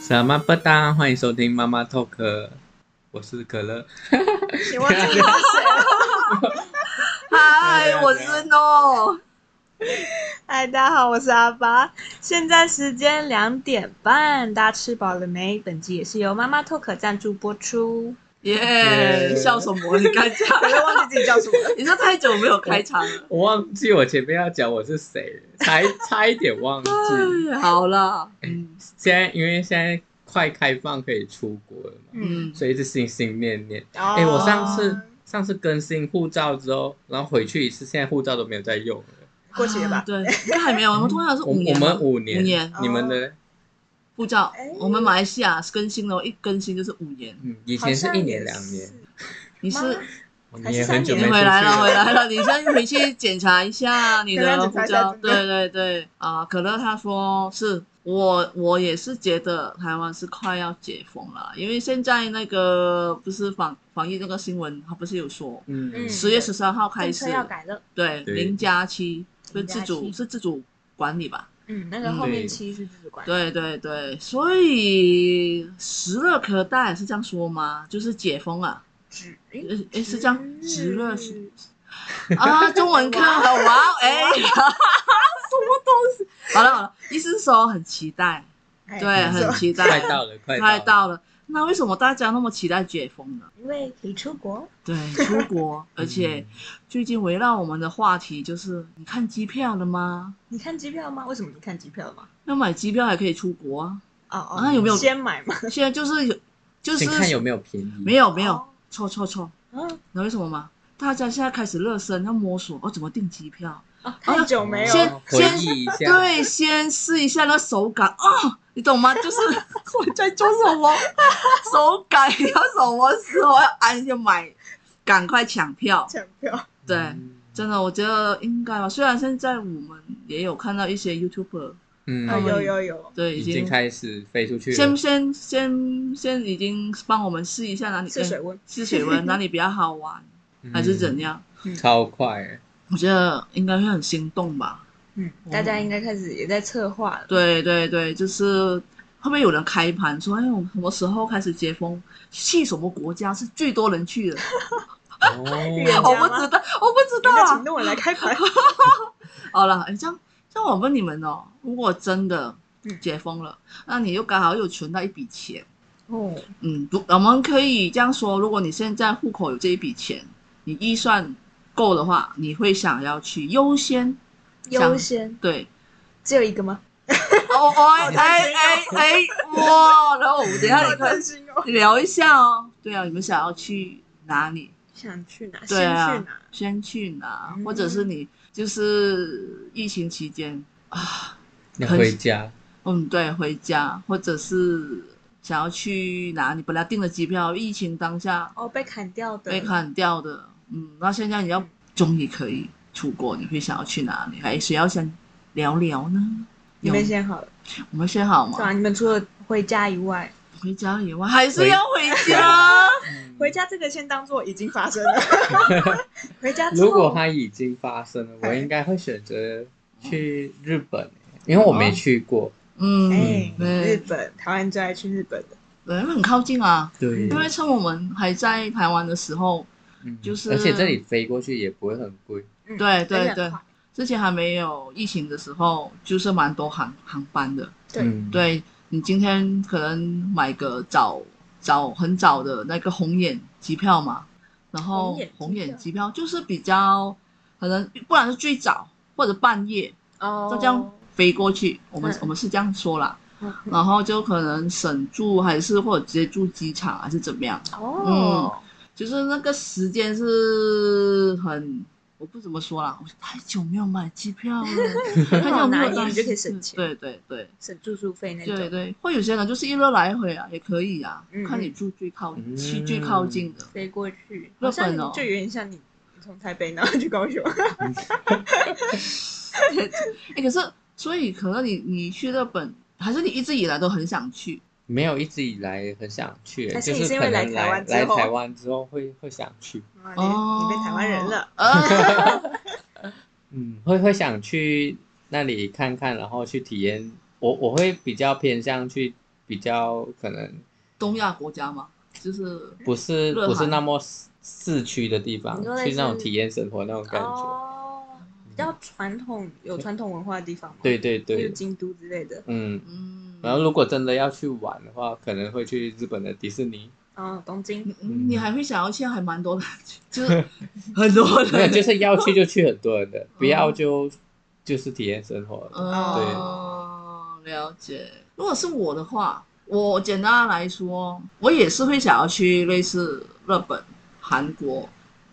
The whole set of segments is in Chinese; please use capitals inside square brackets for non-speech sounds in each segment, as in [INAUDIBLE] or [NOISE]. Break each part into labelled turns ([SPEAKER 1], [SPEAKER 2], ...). [SPEAKER 1] 什么不当？欢迎收听妈妈 talk，我是可乐。
[SPEAKER 2] 你忘记我是
[SPEAKER 3] [LAUGHS]
[SPEAKER 2] 谁？
[SPEAKER 1] 对啊
[SPEAKER 3] 嗨，我是
[SPEAKER 1] 对啊
[SPEAKER 3] No。
[SPEAKER 2] 嗨，大家好，我是阿巴。现在时间两点半，大家吃饱了没？本集也是由妈妈 Talk 赞助播出。
[SPEAKER 3] 耶，笑什么？你刚讲，我又忘记自己叫什么。
[SPEAKER 2] [LAUGHS]
[SPEAKER 3] 你说太久没有开场了。
[SPEAKER 1] 我忘记我前面要讲我是谁，才差一 [LAUGHS] 点忘记。
[SPEAKER 3] 哎好了，嗯
[SPEAKER 1] 现在因为现在快开放可以出国了嘛，
[SPEAKER 3] 嗯，
[SPEAKER 1] 所以一直心心念念。
[SPEAKER 2] 哦
[SPEAKER 1] 哎、我上次上次更新护照之后，然后回去一次，现在护照都没有在用了。
[SPEAKER 2] 过期了吧
[SPEAKER 3] 啊对，应该还没有。我们通常是
[SPEAKER 1] 我
[SPEAKER 3] 五年
[SPEAKER 1] 我
[SPEAKER 3] 嘛，
[SPEAKER 1] 们五年，
[SPEAKER 3] 五年哦
[SPEAKER 1] 你们的
[SPEAKER 3] 护照
[SPEAKER 2] 哎。
[SPEAKER 3] 我们马来西亚更新了，一更新就是五年。
[SPEAKER 1] 嗯，以
[SPEAKER 2] 好
[SPEAKER 1] 前是
[SPEAKER 2] 像
[SPEAKER 1] 一年
[SPEAKER 2] 也
[SPEAKER 1] 两年
[SPEAKER 2] 是，
[SPEAKER 3] 你是
[SPEAKER 1] 哦
[SPEAKER 2] 还
[SPEAKER 1] 你
[SPEAKER 2] 是
[SPEAKER 1] 也很久
[SPEAKER 3] 你
[SPEAKER 1] 没出去
[SPEAKER 3] 回来了，回来了， [LAUGHS] 你先回去检查一
[SPEAKER 2] [LAUGHS]
[SPEAKER 3] 下你的
[SPEAKER 2] 可乐检
[SPEAKER 3] 护照。
[SPEAKER 2] 查一下真的
[SPEAKER 3] 对对对，啊、可乐他说是我，我也是觉得台湾是快要解封了，因为现在那个不是防防疫那个新闻，他不是有说
[SPEAKER 1] 嗯
[SPEAKER 2] 嗯
[SPEAKER 3] 十月十三号开始
[SPEAKER 2] 政策，要改了。
[SPEAKER 3] 对
[SPEAKER 1] 对
[SPEAKER 3] 零加七，就自主
[SPEAKER 2] 零加七
[SPEAKER 3] 是自主管理吧？
[SPEAKER 2] 嗯，那个后面期是自主管。
[SPEAKER 3] 对对对，所以指日可待是这样说吗？就是解封啊，
[SPEAKER 2] 指
[SPEAKER 3] 诶诶是这样，指日是
[SPEAKER 2] 是
[SPEAKER 3] 啊，中文课
[SPEAKER 2] 哇
[SPEAKER 3] 哇哦，哎，什么东西？好了好了，意思是说很期待，
[SPEAKER 2] 哎
[SPEAKER 3] 对，很期
[SPEAKER 1] 快
[SPEAKER 3] 待，
[SPEAKER 1] 到了，快
[SPEAKER 3] 快
[SPEAKER 1] 到了。
[SPEAKER 3] 到了。那为什么大家那么期待解封呢？
[SPEAKER 2] 因为可以出国。
[SPEAKER 3] 对，出国，而
[SPEAKER 1] 嗯
[SPEAKER 3] 且最近围绕我们的话题就是，你看机票了吗？
[SPEAKER 2] 你看机票吗？为什么你看机票了吗？
[SPEAKER 3] 要买机票还可以出国啊！
[SPEAKER 2] 哦哦，
[SPEAKER 3] 那有没有
[SPEAKER 2] 先买嘛？
[SPEAKER 3] 现在就是有，就
[SPEAKER 1] 嗯
[SPEAKER 3] 是
[SPEAKER 1] 请看有没有便宜，
[SPEAKER 3] 没有没有
[SPEAKER 2] 哦，
[SPEAKER 3] 错错错，
[SPEAKER 2] 嗯，
[SPEAKER 3] 你知道为什么吗？大家现在开始热身，要摸索哦，怎么订机票？
[SPEAKER 2] 哦，太久没有
[SPEAKER 3] 先
[SPEAKER 2] 了。
[SPEAKER 1] 回
[SPEAKER 3] 先
[SPEAKER 1] 忆一下，
[SPEAKER 3] 对，先试一下那手感哦，你懂吗？就是我在做什
[SPEAKER 2] [LAUGHS]
[SPEAKER 3] 么，手感要什么时候要按就买，赶快抢票。
[SPEAKER 2] 抢票，
[SPEAKER 3] 对，
[SPEAKER 1] 嗯
[SPEAKER 3] 真的，我觉得应该吧。虽然现在我们也有看到一些 YouTuber，
[SPEAKER 1] 嗯，
[SPEAKER 2] 啊
[SPEAKER 1] 嗯，
[SPEAKER 2] 有有有，
[SPEAKER 3] 对，
[SPEAKER 1] 已
[SPEAKER 3] 已
[SPEAKER 1] 经
[SPEAKER 3] 经
[SPEAKER 1] 开始飞出去了，
[SPEAKER 3] 先先先先已经帮我们试一下哪里
[SPEAKER 2] 试水温
[SPEAKER 3] 哎试
[SPEAKER 2] [LAUGHS]
[SPEAKER 3] 水温哪里比较好玩，
[SPEAKER 1] 嗯
[SPEAKER 3] 还是怎？样？
[SPEAKER 1] 超快，
[SPEAKER 3] 我觉得应该会很心动吧。
[SPEAKER 2] 嗯，大家应该开始也在策划了。
[SPEAKER 3] 对对对，就是会不会有人开盘说，哎，我们什么时候开始解封？去什么国家是最多人去的？
[SPEAKER 1] 哦，
[SPEAKER 2] 远家
[SPEAKER 3] [LAUGHS] 我不
[SPEAKER 2] 吗
[SPEAKER 3] 知道，我不知道
[SPEAKER 2] 那
[SPEAKER 3] 啊
[SPEAKER 2] 请。诺来开盘。
[SPEAKER 3] [LAUGHS] 好了，哎，这样这样我问你们哦，如果真的
[SPEAKER 2] 嗯
[SPEAKER 3] 解封了，那你又刚好又存到一笔钱，
[SPEAKER 2] 哦，
[SPEAKER 3] 嗯，不，我们可以这样说，如果你现在户口有这一笔钱，你预算够的话，你会想要去优先
[SPEAKER 2] 优先
[SPEAKER 3] 对。
[SPEAKER 2] 只有一个吗？
[SPEAKER 3] 哦哦哎哎哎 [LAUGHS] 哎哇！然后我们等一下你看
[SPEAKER 2] 心哦。
[SPEAKER 3] 聊一下哦。对啊，你们想要去哪里？
[SPEAKER 2] 想去哪？先
[SPEAKER 3] 对啊
[SPEAKER 2] 去哪？，
[SPEAKER 3] 先去哪？
[SPEAKER 2] 嗯
[SPEAKER 3] 或者是你就是疫情期间啊，
[SPEAKER 1] [LAUGHS] 要回家，
[SPEAKER 3] 嗯，对，回家，或者是想要去哪里？本来订的机票，疫情当下
[SPEAKER 2] 哦，被砍掉的。
[SPEAKER 3] 被。砍掉的，嗯，那现在你要终于可以出国，你会想要去哪里？还谁要先聊聊呢？
[SPEAKER 2] 你们先好了，
[SPEAKER 3] 我们先好
[SPEAKER 2] 对啊，
[SPEAKER 3] 吗？
[SPEAKER 2] 你们除了回家以外，
[SPEAKER 3] 回家以外，还是要回家。
[SPEAKER 2] 回家这个先当做已经发生了。
[SPEAKER 3] [LAUGHS]
[SPEAKER 2] 回家之
[SPEAKER 1] 嗯
[SPEAKER 2] 后
[SPEAKER 1] 如果它已经发生了，我应该会选择去日本，因为我没去过。
[SPEAKER 3] 嗯，
[SPEAKER 2] 哎，
[SPEAKER 3] 嗯
[SPEAKER 2] 日本，台湾最爱去日本的。
[SPEAKER 3] 对，很靠近啊。
[SPEAKER 1] 对
[SPEAKER 3] 因为趁我们还在台湾的时候，就是
[SPEAKER 1] 嗯而且这里飞过去也不会很贵。
[SPEAKER 2] 嗯
[SPEAKER 3] 对对
[SPEAKER 2] 真的很快
[SPEAKER 3] 之前还没有疫情的时候，就是蛮多航航班的。
[SPEAKER 2] 对
[SPEAKER 1] 嗯，
[SPEAKER 3] 对你今天可能买个早早很早的那个红眼机票嘛，然后
[SPEAKER 2] 红眼机票
[SPEAKER 3] 红眼机票就是比较可能，不然是最早或者半夜，
[SPEAKER 2] 哦
[SPEAKER 3] 嗯就这样飞过去。我们、
[SPEAKER 2] 嗯
[SPEAKER 3] 我们是这样说啦，
[SPEAKER 2] 嗯
[SPEAKER 3] 然后就可能省住还是或者直接住机场还是怎么样。嗯
[SPEAKER 2] 哦，
[SPEAKER 3] 就是那个时间是很，我不怎么说啦，我太久没有买机票
[SPEAKER 2] [LAUGHS]
[SPEAKER 3] 了，太久没有
[SPEAKER 2] 拿
[SPEAKER 3] 当
[SPEAKER 2] 你就可以省钱
[SPEAKER 3] 对对对
[SPEAKER 2] 省住宿费那
[SPEAKER 3] 对
[SPEAKER 2] 种。
[SPEAKER 3] 对，或有些人就是一路来回啊，也可以啊，
[SPEAKER 2] 嗯
[SPEAKER 3] 看你住最靠
[SPEAKER 1] 嗯
[SPEAKER 3] 去最靠近的。
[SPEAKER 2] 飞过去，好
[SPEAKER 3] 本哦
[SPEAKER 2] 像你就有点像你从台北然后去高雄，
[SPEAKER 3] 哎，可是所以可能你你去日本，还是你一直以来都很想去，
[SPEAKER 1] 没有一直以来很想去，
[SPEAKER 2] 还
[SPEAKER 1] 就是
[SPEAKER 2] 你是因
[SPEAKER 1] 可
[SPEAKER 2] 为
[SPEAKER 1] 能
[SPEAKER 2] 来台
[SPEAKER 1] 来
[SPEAKER 2] 湾之
[SPEAKER 1] 来
[SPEAKER 2] 后
[SPEAKER 1] 台湾之后会会想去，
[SPEAKER 2] 啊你
[SPEAKER 3] 哦，
[SPEAKER 2] 你变台湾人了。
[SPEAKER 3] 啊。
[SPEAKER 1] 嗯，会会想去那里看看，然后去体验。我我会比较偏向去比较可能
[SPEAKER 3] 东亚国家嘛，就是
[SPEAKER 1] 不是
[SPEAKER 3] 热
[SPEAKER 1] 不是
[SPEAKER 3] 韩
[SPEAKER 1] 那么市市区的地方
[SPEAKER 2] 你说，类
[SPEAKER 1] 去那种
[SPEAKER 2] 似
[SPEAKER 1] 体验生活那种感觉。
[SPEAKER 2] 哦，比较传统有传统文化的地方吗？
[SPEAKER 1] 对，对
[SPEAKER 2] 例如
[SPEAKER 1] 对，
[SPEAKER 2] 京都之类的。
[SPEAKER 1] 嗯。
[SPEAKER 3] 嗯，
[SPEAKER 1] 然后如果真的要去玩的话，可能会去日本的迪士
[SPEAKER 2] [LAUGHS]
[SPEAKER 1] 尼，
[SPEAKER 2] 哦，东京
[SPEAKER 3] 你嗯你还会想要去，还蛮多人去， [LAUGHS]
[SPEAKER 1] [LAUGHS]
[SPEAKER 3] 就是很多
[SPEAKER 1] 没有
[SPEAKER 3] 人，
[SPEAKER 1] 就是要去就去很多人的，不
[SPEAKER 2] 嗯
[SPEAKER 1] 要就就是体验生活。
[SPEAKER 3] 哦，了解。如果是我的话，我简单地来说，我也是会想要去类似日本、韩国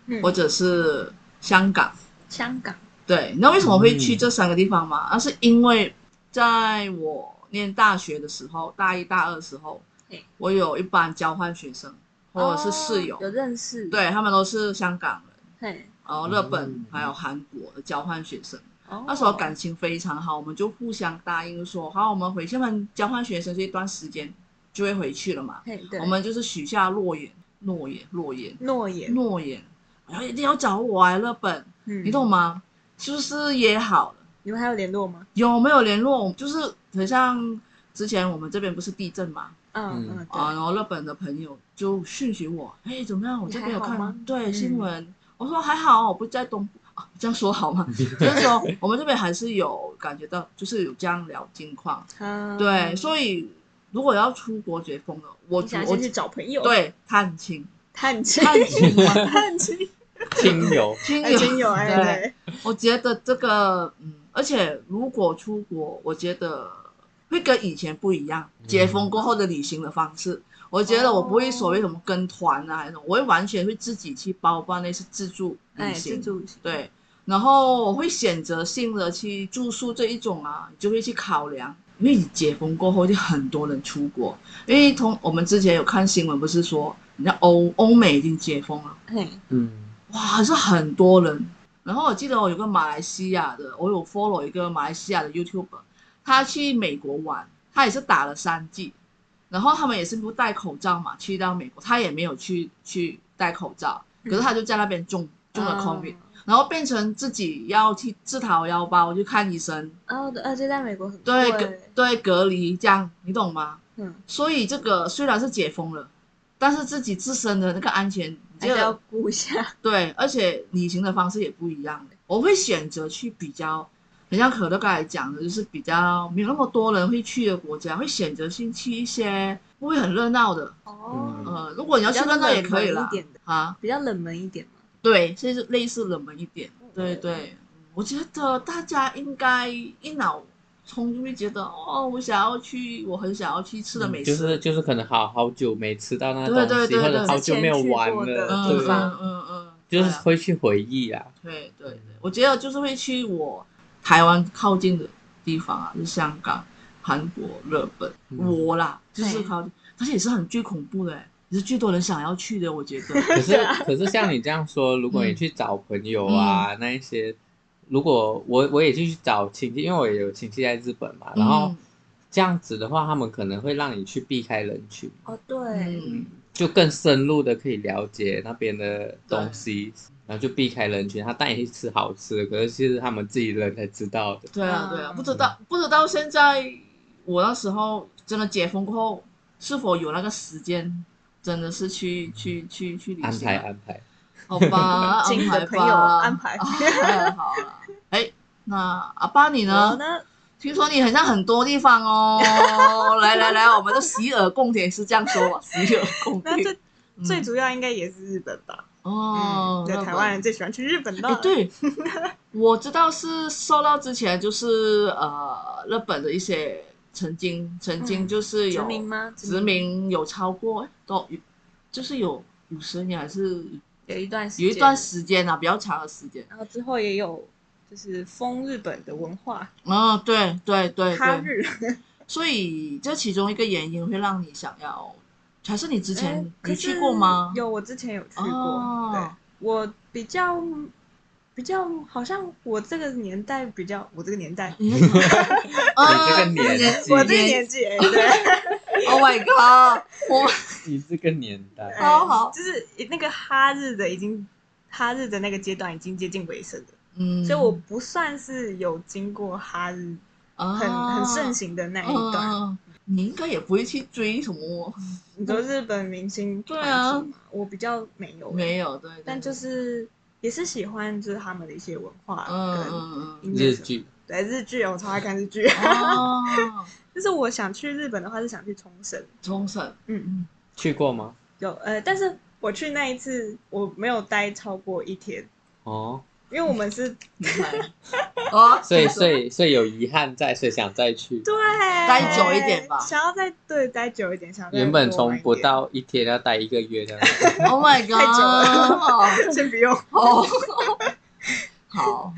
[SPEAKER 2] 嗯
[SPEAKER 3] 或者是香港。
[SPEAKER 2] 香港，
[SPEAKER 3] 对，你知道为什么会去
[SPEAKER 1] 嗯
[SPEAKER 3] 这三个地方吗？那、是因为在我念大学的时候，大一、大二的时候
[SPEAKER 2] 对，
[SPEAKER 3] 我有一班交换学生或者是室友，
[SPEAKER 2] 哦有认识，，
[SPEAKER 3] 对他们都是香港人，
[SPEAKER 2] 嘿，
[SPEAKER 3] 然后日本
[SPEAKER 1] 嗯
[SPEAKER 3] 还有韩国的交换学生。
[SPEAKER 2] 哦
[SPEAKER 3] 那时候感情非常好，我们就互相答应说，好，我们回厦门交换学生这一段时间就会回去了嘛。
[SPEAKER 2] 嘿，对，
[SPEAKER 3] 我们就是许下诺言，诺言，诺言，
[SPEAKER 2] 诺言，
[SPEAKER 3] 诺言，然后一定要找我来日本，
[SPEAKER 2] 嗯
[SPEAKER 3] 你懂吗？就是约好了，
[SPEAKER 2] 你们还有联络吗？
[SPEAKER 3] 有没有联络？就是很像之前我们这边不是地震嘛，
[SPEAKER 2] 嗯
[SPEAKER 1] 嗯
[SPEAKER 2] 嗯，
[SPEAKER 3] 啊，
[SPEAKER 2] 对，
[SPEAKER 3] 然后日本的朋友就讯息我，哎，怎么样？我这边有
[SPEAKER 2] 你还好吗
[SPEAKER 3] 看对
[SPEAKER 2] 嗯
[SPEAKER 3] 新闻，我说还好，我不在东部啊，这样说好吗？就是说我们这边还是有感觉到，就是有这样聊近况。
[SPEAKER 2] 啊
[SPEAKER 3] 对，所以如果要出国绝风了，我
[SPEAKER 2] 你想
[SPEAKER 3] 我
[SPEAKER 2] 先去找朋友，，
[SPEAKER 3] 对探亲
[SPEAKER 2] 探亲，
[SPEAKER 3] 探
[SPEAKER 2] [LAUGHS]
[SPEAKER 3] [LAUGHS] 亲嘛，
[SPEAKER 2] 探亲，
[SPEAKER 1] 亲友，
[SPEAKER 3] 亲
[SPEAKER 2] 哎，
[SPEAKER 3] 友
[SPEAKER 2] 亲友，哎，
[SPEAKER 3] 对，
[SPEAKER 2] 对，
[SPEAKER 3] 我觉得这个嗯，而且如果出国，我觉得会跟以前不一样，解封过后的旅行的方式。我觉得我不会所谓什么跟团啊，还是什么，我会完全会自己去包办类似自助旅
[SPEAKER 2] 哎，
[SPEAKER 3] 行，
[SPEAKER 2] 自助旅行，
[SPEAKER 3] 对，然后我会选择性的去住宿这一种啊，就会去考量，因为你解封过后就很多人出国，因为同我们之前有看新闻，不是说人家欧欧美已经解封了，
[SPEAKER 2] 嘿，
[SPEAKER 1] [LAUGHS] 嗯，
[SPEAKER 3] 哇，还是很多人。然后我记得我有个马来西亚的，我有 follow 一个马来西亚的 YouTuber，他去美国玩，他也是打了三剂，然后他们也是不戴口罩嘛，去到美国，他也没有去去戴口罩，
[SPEAKER 2] 嗯
[SPEAKER 3] 可是他就在那边中、中了 COVID，、然后
[SPEAKER 2] 啊
[SPEAKER 3] 变成自己要去自掏腰包去看医生，
[SPEAKER 2] 哦，对，而且在美国很
[SPEAKER 3] 对
[SPEAKER 2] 贵
[SPEAKER 3] 隔对隔离这样，你懂吗？
[SPEAKER 2] 嗯，
[SPEAKER 3] 所以这个虽然是解封了，但是自己自身的那个安全，
[SPEAKER 2] 还是要顾一下，
[SPEAKER 3] 对，而且旅行的方式也不一样。欸我会选择去比较，很像可乐刚才讲的，就是比较没有那么多人会去的国家，会选择性去一些不会很热闹的。
[SPEAKER 2] 哦，
[SPEAKER 3] 呃，如果你要去热闹也可以啦
[SPEAKER 2] 比较冷门一点的。
[SPEAKER 3] 啊，
[SPEAKER 2] 比较冷门一点嘛，
[SPEAKER 3] 对，所以是类似冷门一点。对
[SPEAKER 2] 嗯
[SPEAKER 3] 对，我觉得大家应该一脑冲就会觉得，哦，我想要去，我很想要去吃的美
[SPEAKER 1] 嗯就
[SPEAKER 3] 食。
[SPEAKER 1] 是就是可能好好久没吃到那
[SPEAKER 3] 对对
[SPEAKER 1] 东西，
[SPEAKER 3] 对
[SPEAKER 1] 或
[SPEAKER 3] 对
[SPEAKER 1] 者好久没有玩
[SPEAKER 2] 之前去过
[SPEAKER 1] 了，
[SPEAKER 2] 的
[SPEAKER 3] 嗯
[SPEAKER 1] 对
[SPEAKER 3] 嗯
[SPEAKER 2] 吧
[SPEAKER 3] 嗯嗯嗯，
[SPEAKER 1] 就是
[SPEAKER 3] 对啊
[SPEAKER 1] 会去回忆啦。
[SPEAKER 3] 对对对，我觉得就是会去我台湾靠近的地方啊，就是香港、韩国、日本，
[SPEAKER 1] 嗯
[SPEAKER 3] 我啦，就是
[SPEAKER 2] 哎
[SPEAKER 3] 靠近，而且也是很最恐怖的，也是最多人想要去的，我觉
[SPEAKER 2] [LAUGHS]
[SPEAKER 3] 得。
[SPEAKER 1] 可是 [LAUGHS] 可是像你这样说，如果你去找朋友啊、
[SPEAKER 3] 嗯
[SPEAKER 1] 那一些，如果我我也去找亲戚，因为我也有亲戚在日本嘛，然后
[SPEAKER 3] 嗯
[SPEAKER 1] 这样子的话，他们可能会让你去避开人群，
[SPEAKER 2] 哦，对，
[SPEAKER 3] 嗯
[SPEAKER 1] 嗯，就更深入的可以了解那边的东西。然后就避开人群，他带你去吃好吃的，可是其实他们自己人才知道的。
[SPEAKER 3] 对啊，对啊，
[SPEAKER 2] 嗯
[SPEAKER 3] 不知道不知道现在我那时候真的解封过后，是否有那个时间，真的是去去去去旅
[SPEAKER 1] 安
[SPEAKER 3] 行
[SPEAKER 1] 排
[SPEAKER 3] 啊、
[SPEAKER 1] 安
[SPEAKER 3] [LAUGHS]
[SPEAKER 1] 排，
[SPEAKER 3] 好
[SPEAKER 2] [LAUGHS]
[SPEAKER 3] 吧，安
[SPEAKER 2] 近
[SPEAKER 3] 排
[SPEAKER 2] 的
[SPEAKER 3] 吧，
[SPEAKER 2] 朋友安排
[SPEAKER 3] 太 [LAUGHS] 好了。哎，那阿爸你
[SPEAKER 2] 我 [LAUGHS]
[SPEAKER 3] 呢？
[SPEAKER 2] 呢，
[SPEAKER 3] 听说你很像很多地
[SPEAKER 2] [LAUGHS]
[SPEAKER 3] 方哦，来来来，我们的洗耳恭听是这样说吧，洗耳恭
[SPEAKER 2] 那
[SPEAKER 3] 听
[SPEAKER 2] 最。最主要应该也是日本吧？
[SPEAKER 3] 嗯哦，
[SPEAKER 2] 对，
[SPEAKER 3] 日
[SPEAKER 2] 台
[SPEAKER 3] 本
[SPEAKER 2] 湾人哦最喜欢去日本
[SPEAKER 3] 哎，
[SPEAKER 2] 了。，
[SPEAKER 3] 对，我知道是受到之前就是呃日本的一些曾经曾经
[SPEAKER 2] 嗯
[SPEAKER 3] 就是有、
[SPEAKER 2] 殖民吗？
[SPEAKER 3] 殖民有超过都就是有五十年还是
[SPEAKER 2] 有一段时间，
[SPEAKER 3] 有一段时间啊，比较长的时间。
[SPEAKER 2] 然后之后也有就是封日本的文化，
[SPEAKER 3] 嗯，对对对
[SPEAKER 2] 哈
[SPEAKER 3] 对，
[SPEAKER 2] 日。
[SPEAKER 3] 所以这其中一个原因会让你想要，还是你之
[SPEAKER 2] 哎
[SPEAKER 3] 前
[SPEAKER 2] 可
[SPEAKER 3] 你
[SPEAKER 2] 是
[SPEAKER 3] 去过吗？
[SPEAKER 2] 有，我之前有去过。
[SPEAKER 3] 哦
[SPEAKER 2] 对，我比较比较，好像我这个年代比较，我这个年代，
[SPEAKER 3] 你这
[SPEAKER 2] [LAUGHS]
[SPEAKER 3] 啊个
[SPEAKER 1] 你这个年纪
[SPEAKER 2] 我这个年纪，哎对，
[SPEAKER 3] ，Oh my god！我
[SPEAKER 2] [LAUGHS]
[SPEAKER 1] 你这个年代，
[SPEAKER 2] 哎
[SPEAKER 3] 好好
[SPEAKER 2] 就是那个哈日的已经哈日的那个阶段已经接近尾声了，
[SPEAKER 3] 嗯，
[SPEAKER 2] 所以我不算是有经过哈日
[SPEAKER 3] 很
[SPEAKER 2] 很、很盛行的那一段。
[SPEAKER 3] 哦嗯你应该也不会去追什么，
[SPEAKER 2] 你说日本明星
[SPEAKER 3] 对啊
[SPEAKER 2] 团体嘛，我比较没有，
[SPEAKER 3] 没，有对，对
[SPEAKER 2] 但就是也是喜欢就是他们的一些文化
[SPEAKER 3] 嗯
[SPEAKER 2] 跟
[SPEAKER 3] 嗯嗯
[SPEAKER 2] 音乐
[SPEAKER 1] 日
[SPEAKER 2] 什么，
[SPEAKER 1] 剧，
[SPEAKER 2] 对日剧，我超爱看日剧。
[SPEAKER 3] 哦，
[SPEAKER 2] [LAUGHS] 就是我想去日本的话是想去冲绳，
[SPEAKER 3] 冲绳，
[SPEAKER 2] 嗯
[SPEAKER 1] 去过吗？
[SPEAKER 2] 有呃，但是我去那一次我没有待超过一天，
[SPEAKER 1] 哦，
[SPEAKER 2] 因为我们是。
[SPEAKER 3] 明白？哦，
[SPEAKER 1] 所以所以所以有遗憾在，所以想再去
[SPEAKER 2] 对
[SPEAKER 3] 待久一点吧
[SPEAKER 2] 想要再对待久一点，想要再
[SPEAKER 1] 原本
[SPEAKER 2] 多玩
[SPEAKER 1] 从
[SPEAKER 2] 一
[SPEAKER 1] 不
[SPEAKER 2] 点，
[SPEAKER 1] 到一天要待一个月这样子，
[SPEAKER 3] ，Oh my God，
[SPEAKER 2] 太久了 [LAUGHS] 先不用，
[SPEAKER 3] 哦，好，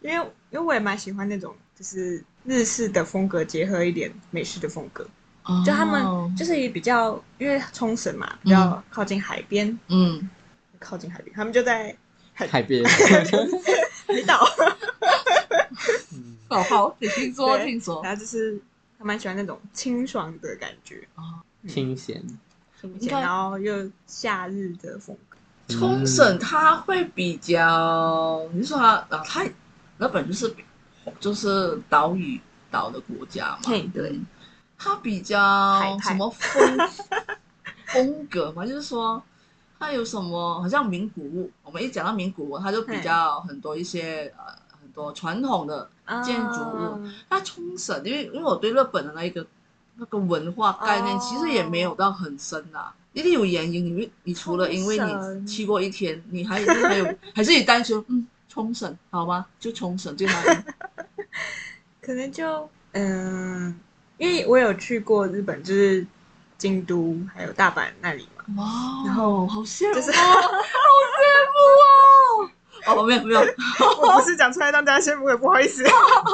[SPEAKER 2] 因为因为我也蛮喜欢那种就是日式的风格结合一点美式的风格， [LAUGHS] 就他
[SPEAKER 3] 哦
[SPEAKER 2] 们就是也比较因为冲绳嘛，比较靠近海边，
[SPEAKER 3] 嗯，
[SPEAKER 2] 靠近海边，他们就在
[SPEAKER 1] 海边。
[SPEAKER 2] 海
[SPEAKER 3] [LAUGHS]
[SPEAKER 2] 岛，
[SPEAKER 1] 嗯
[SPEAKER 3] 好哦好，你听说
[SPEAKER 2] 对
[SPEAKER 3] 听说，
[SPEAKER 2] 然后就是还蛮喜欢那种清爽的感觉，
[SPEAKER 3] 哦
[SPEAKER 1] 清闲，
[SPEAKER 2] 以
[SPEAKER 3] 应
[SPEAKER 2] 前
[SPEAKER 3] 该
[SPEAKER 2] 然后又夏日的风格，
[SPEAKER 3] 冲绳它会比较，你说它啊，它日本就是就是岛屿岛的国家嘛，
[SPEAKER 2] 嘿对，
[SPEAKER 3] 它比
[SPEAKER 2] 海
[SPEAKER 3] 较
[SPEAKER 2] 派
[SPEAKER 3] 什么 [LAUGHS] 风风格嘛，就是说它有什么，好像名古屋，我们一讲到名古屋，它就比较很多一些呃很多传统的。建筑物
[SPEAKER 2] 啊
[SPEAKER 3] 那冲绳，因为因为我对日本的那一个那个文化概念，
[SPEAKER 2] 哦
[SPEAKER 3] 其实也没有到很深啦。一定有原因，因为你除了因为
[SPEAKER 2] 冲绳
[SPEAKER 3] 你去过一天，你还你还
[SPEAKER 2] [LAUGHS]
[SPEAKER 3] 有还是你单纯嗯冲绳好吗？就冲绳就那里
[SPEAKER 2] 可能就嗯、因为我有去过日本，就是京都还有大阪那里
[SPEAKER 3] [LAUGHS]
[SPEAKER 2] 嘛，
[SPEAKER 3] 哇哦，
[SPEAKER 2] 然后
[SPEAKER 3] 好羡慕，
[SPEAKER 2] 就是
[SPEAKER 3] 好羡慕哦！哦，没有没有，
[SPEAKER 2] 我不是讲出来让大家羡慕，也不好意
[SPEAKER 3] [LAUGHS]
[SPEAKER 2] 思。
[SPEAKER 3] 嗯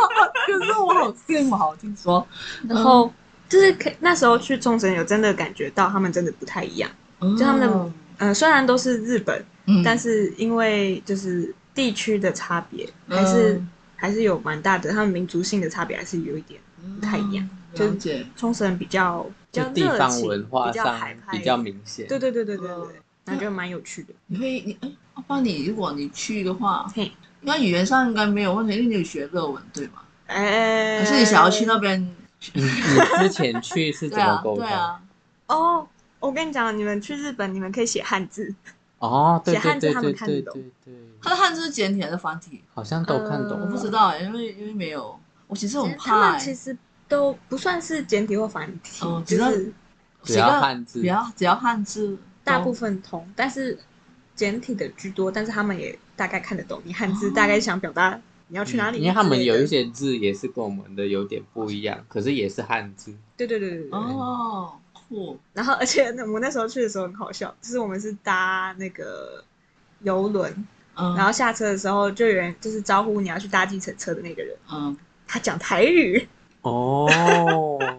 [SPEAKER 3] 可是我好羡慕，好听说，
[SPEAKER 2] 然后就是可那时候去冲绳，有真的感觉到他们真的不太一样。
[SPEAKER 3] 就
[SPEAKER 2] 就他们的嗯、虽然都是日本，
[SPEAKER 3] 嗯
[SPEAKER 2] 但是因为就是地区的差别，
[SPEAKER 3] 嗯
[SPEAKER 2] 还是、还是有蛮大的，他们民族性的差别还是有一点。不太一样，
[SPEAKER 3] 嗯
[SPEAKER 2] 就
[SPEAKER 3] 了解。
[SPEAKER 2] 冲绳比较比
[SPEAKER 1] 就
[SPEAKER 2] 较
[SPEAKER 1] 地
[SPEAKER 2] 热
[SPEAKER 1] 方
[SPEAKER 2] 情
[SPEAKER 1] 文化
[SPEAKER 2] 比较
[SPEAKER 1] 上
[SPEAKER 2] 海派
[SPEAKER 1] 比较明显。
[SPEAKER 2] 对对对对对对
[SPEAKER 3] 嗯
[SPEAKER 2] 对，那就蛮有趣的。
[SPEAKER 3] 你会你哎，阿爸，你如果你去的话，
[SPEAKER 2] 嘿，
[SPEAKER 3] 应该语言上应该没有问题，因为你有学日文对吗？
[SPEAKER 2] 哎，
[SPEAKER 3] 可是你想要去那边？
[SPEAKER 1] 你你之前去是怎
[SPEAKER 3] 嗯对
[SPEAKER 1] 么
[SPEAKER 3] 啊，
[SPEAKER 1] 沟通？
[SPEAKER 3] 对啊，
[SPEAKER 2] 哦，我跟你讲，你们去日本，你们可以写汉字，
[SPEAKER 1] 哦，对
[SPEAKER 2] 写
[SPEAKER 1] 对
[SPEAKER 2] 汉字
[SPEAKER 1] 对
[SPEAKER 2] 他
[SPEAKER 1] 对
[SPEAKER 2] 们看
[SPEAKER 1] 对对
[SPEAKER 2] 得懂
[SPEAKER 1] 对，
[SPEAKER 3] 它的汉字是简体还是繁体？
[SPEAKER 1] 好像都看懂。
[SPEAKER 2] 嗯
[SPEAKER 3] 我不知道，欸因为因为没有，我其实很
[SPEAKER 2] 他
[SPEAKER 3] 怕
[SPEAKER 2] 们其
[SPEAKER 3] 欸。
[SPEAKER 2] 实都不算是简体或繁体，
[SPEAKER 3] 哦
[SPEAKER 2] 就
[SPEAKER 3] 只要
[SPEAKER 2] 是
[SPEAKER 1] 只要汉字
[SPEAKER 3] 只要只要汉字，
[SPEAKER 2] 大部
[SPEAKER 3] 分
[SPEAKER 2] 分通，但是简体的居多，但是他们也大概看得懂你汉字，
[SPEAKER 3] 哦
[SPEAKER 2] 大概想表达你要去哪里之类
[SPEAKER 1] 因
[SPEAKER 2] 的。
[SPEAKER 1] 为他们有一些字也是跟我们的有点不一样，可是也是汉字。
[SPEAKER 2] 对对对对对对。
[SPEAKER 3] 哦，酷，
[SPEAKER 2] 然后，而且那我那时候去的时候很好笑，就是我们是搭那个游轮，
[SPEAKER 3] 嗯，
[SPEAKER 2] 然后下车的时候就有人就是招呼你要去搭计程车的那个人，
[SPEAKER 3] 嗯，
[SPEAKER 2] 他讲台语。
[SPEAKER 1] 哦，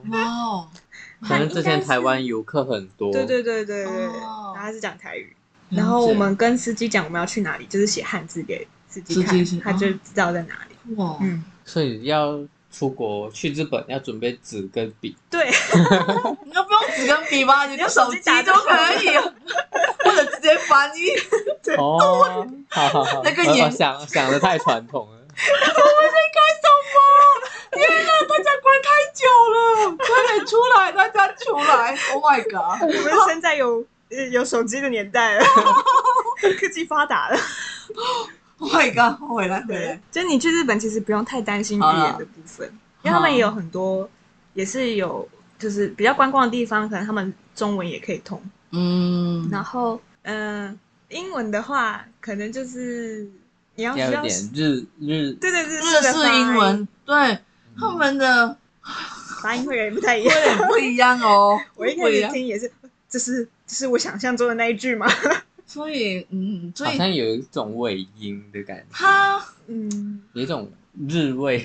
[SPEAKER 3] 哇哦，
[SPEAKER 1] [LAUGHS] 可能之前台湾游客很多。
[SPEAKER 2] 对对对对对，对
[SPEAKER 3] 哦
[SPEAKER 2] 然后他是讲台语，然后我们跟司机讲我们要去哪里，就是写汉字给司机看
[SPEAKER 3] 司机是，哦
[SPEAKER 2] 他就知道在哪里。
[SPEAKER 3] 哇，
[SPEAKER 2] 嗯，
[SPEAKER 1] 所以要出国去日本要准备纸跟笔，
[SPEAKER 3] [LAUGHS]
[SPEAKER 2] 对，
[SPEAKER 3] 你要不用纸跟笔吧，你
[SPEAKER 2] 用
[SPEAKER 3] 用
[SPEAKER 2] 手
[SPEAKER 3] 手
[SPEAKER 2] 机
[SPEAKER 3] 机
[SPEAKER 2] 打
[SPEAKER 3] 就
[SPEAKER 2] 就好
[SPEAKER 3] 可以了， [LAUGHS] 或者直接翻译。
[SPEAKER 1] [LAUGHS] 哦，好好好，
[SPEAKER 3] 那个
[SPEAKER 1] 我
[SPEAKER 3] 眼
[SPEAKER 1] 我想想的太传统
[SPEAKER 3] [LAUGHS]
[SPEAKER 1] 了。
[SPEAKER 3] 天啊， [LAUGHS] 大家关太久了，快点出来，大家出来！Oh my god，
[SPEAKER 2] 我们生在有呃有手机的年代了， [LAUGHS] 科技发达了。
[SPEAKER 3] Oh my god，回来回
[SPEAKER 2] 对
[SPEAKER 3] 来，，
[SPEAKER 2] 就你去日本其实不用太担心语
[SPEAKER 3] 好了
[SPEAKER 2] 言的部分，因为他们也有很多也是有就是比较观光的地方，可能他们中文也可以通。
[SPEAKER 3] 嗯
[SPEAKER 2] 然后，嗯、英文的话，可能就是你要需
[SPEAKER 1] 要
[SPEAKER 2] 要
[SPEAKER 1] 有点日日
[SPEAKER 2] 对对对，
[SPEAKER 3] 日式英文，对他们的
[SPEAKER 2] 发音会有点不太一
[SPEAKER 3] 有
[SPEAKER 2] 样。
[SPEAKER 3] 点不一样哦，
[SPEAKER 2] [LAUGHS] 我一开
[SPEAKER 3] 不一
[SPEAKER 2] 始
[SPEAKER 3] 样，
[SPEAKER 2] 听也是， [LAUGHS] 这是这是我想象中的那一句吗？
[SPEAKER 3] 所以嗯，所
[SPEAKER 1] 好
[SPEAKER 3] 以
[SPEAKER 1] 像有一种尾音的感觉，
[SPEAKER 3] 他
[SPEAKER 2] [LAUGHS] 嗯，
[SPEAKER 1] 有一种日味。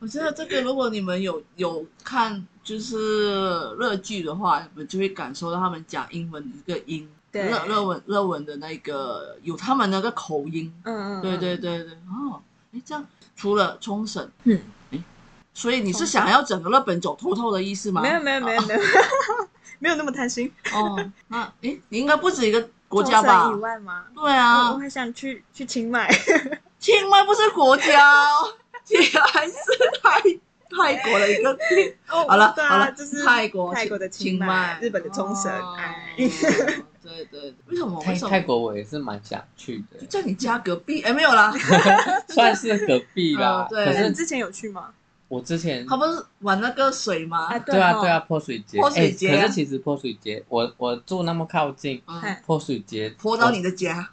[SPEAKER 3] 我觉得这个，如果你们有有看就是热剧的话，你们就会感受到他们讲英文的一个音，
[SPEAKER 2] 对
[SPEAKER 3] 热热文热文的那个有他们那个口音，
[SPEAKER 2] 嗯嗯，
[SPEAKER 3] 对对，对对，哦，哎，这样除了冲绳，
[SPEAKER 2] 嗯，
[SPEAKER 3] 所以你是想要整个日本走透透的意思吗？
[SPEAKER 2] 没有没有没有没有 [LAUGHS] 没有那么贪心，
[SPEAKER 3] 哦，那哎，你应该不止一个国家
[SPEAKER 2] 冲
[SPEAKER 3] 吧
[SPEAKER 2] 绳以？外哦吗？
[SPEAKER 3] 对
[SPEAKER 2] 我我
[SPEAKER 3] 啊，
[SPEAKER 2] 还想去去清迈，
[SPEAKER 3] 清迈不是国家哦，清迈是台泰国
[SPEAKER 2] [LAUGHS]
[SPEAKER 3] 的一个，
[SPEAKER 2] 哦
[SPEAKER 3] 好了
[SPEAKER 2] 对
[SPEAKER 3] 好
[SPEAKER 2] 啊，
[SPEAKER 3] 了，
[SPEAKER 2] 就是
[SPEAKER 3] 泰国
[SPEAKER 2] 泰国的清
[SPEAKER 3] 清迈，
[SPEAKER 2] 日本的冲绳，
[SPEAKER 3] 哦
[SPEAKER 2] 哎，
[SPEAKER 3] [LAUGHS] 对对对，
[SPEAKER 1] [LAUGHS]
[SPEAKER 3] 为什么
[SPEAKER 1] 泰
[SPEAKER 3] 哦为什么
[SPEAKER 1] 泰国我也是蛮想去
[SPEAKER 3] 就
[SPEAKER 1] 的，
[SPEAKER 3] 在你家隔
[SPEAKER 2] [LAUGHS]
[SPEAKER 3] 壁？哎，没有啦，
[SPEAKER 1] 算是隔壁啦
[SPEAKER 3] 哦。对
[SPEAKER 1] 可
[SPEAKER 2] 那你
[SPEAKER 1] 是
[SPEAKER 2] 之前有去吗？
[SPEAKER 1] 我之前
[SPEAKER 3] 他不是玩那个水吗？
[SPEAKER 2] 啊，
[SPEAKER 1] 对啊
[SPEAKER 2] 哦
[SPEAKER 1] 对啊，，泼水节，
[SPEAKER 3] 泼水节啊
[SPEAKER 1] 哎可是其实泼水节，我我住那么靠近
[SPEAKER 3] 嗯，
[SPEAKER 2] 哎
[SPEAKER 1] 泼水节，
[SPEAKER 3] 泼到你的家，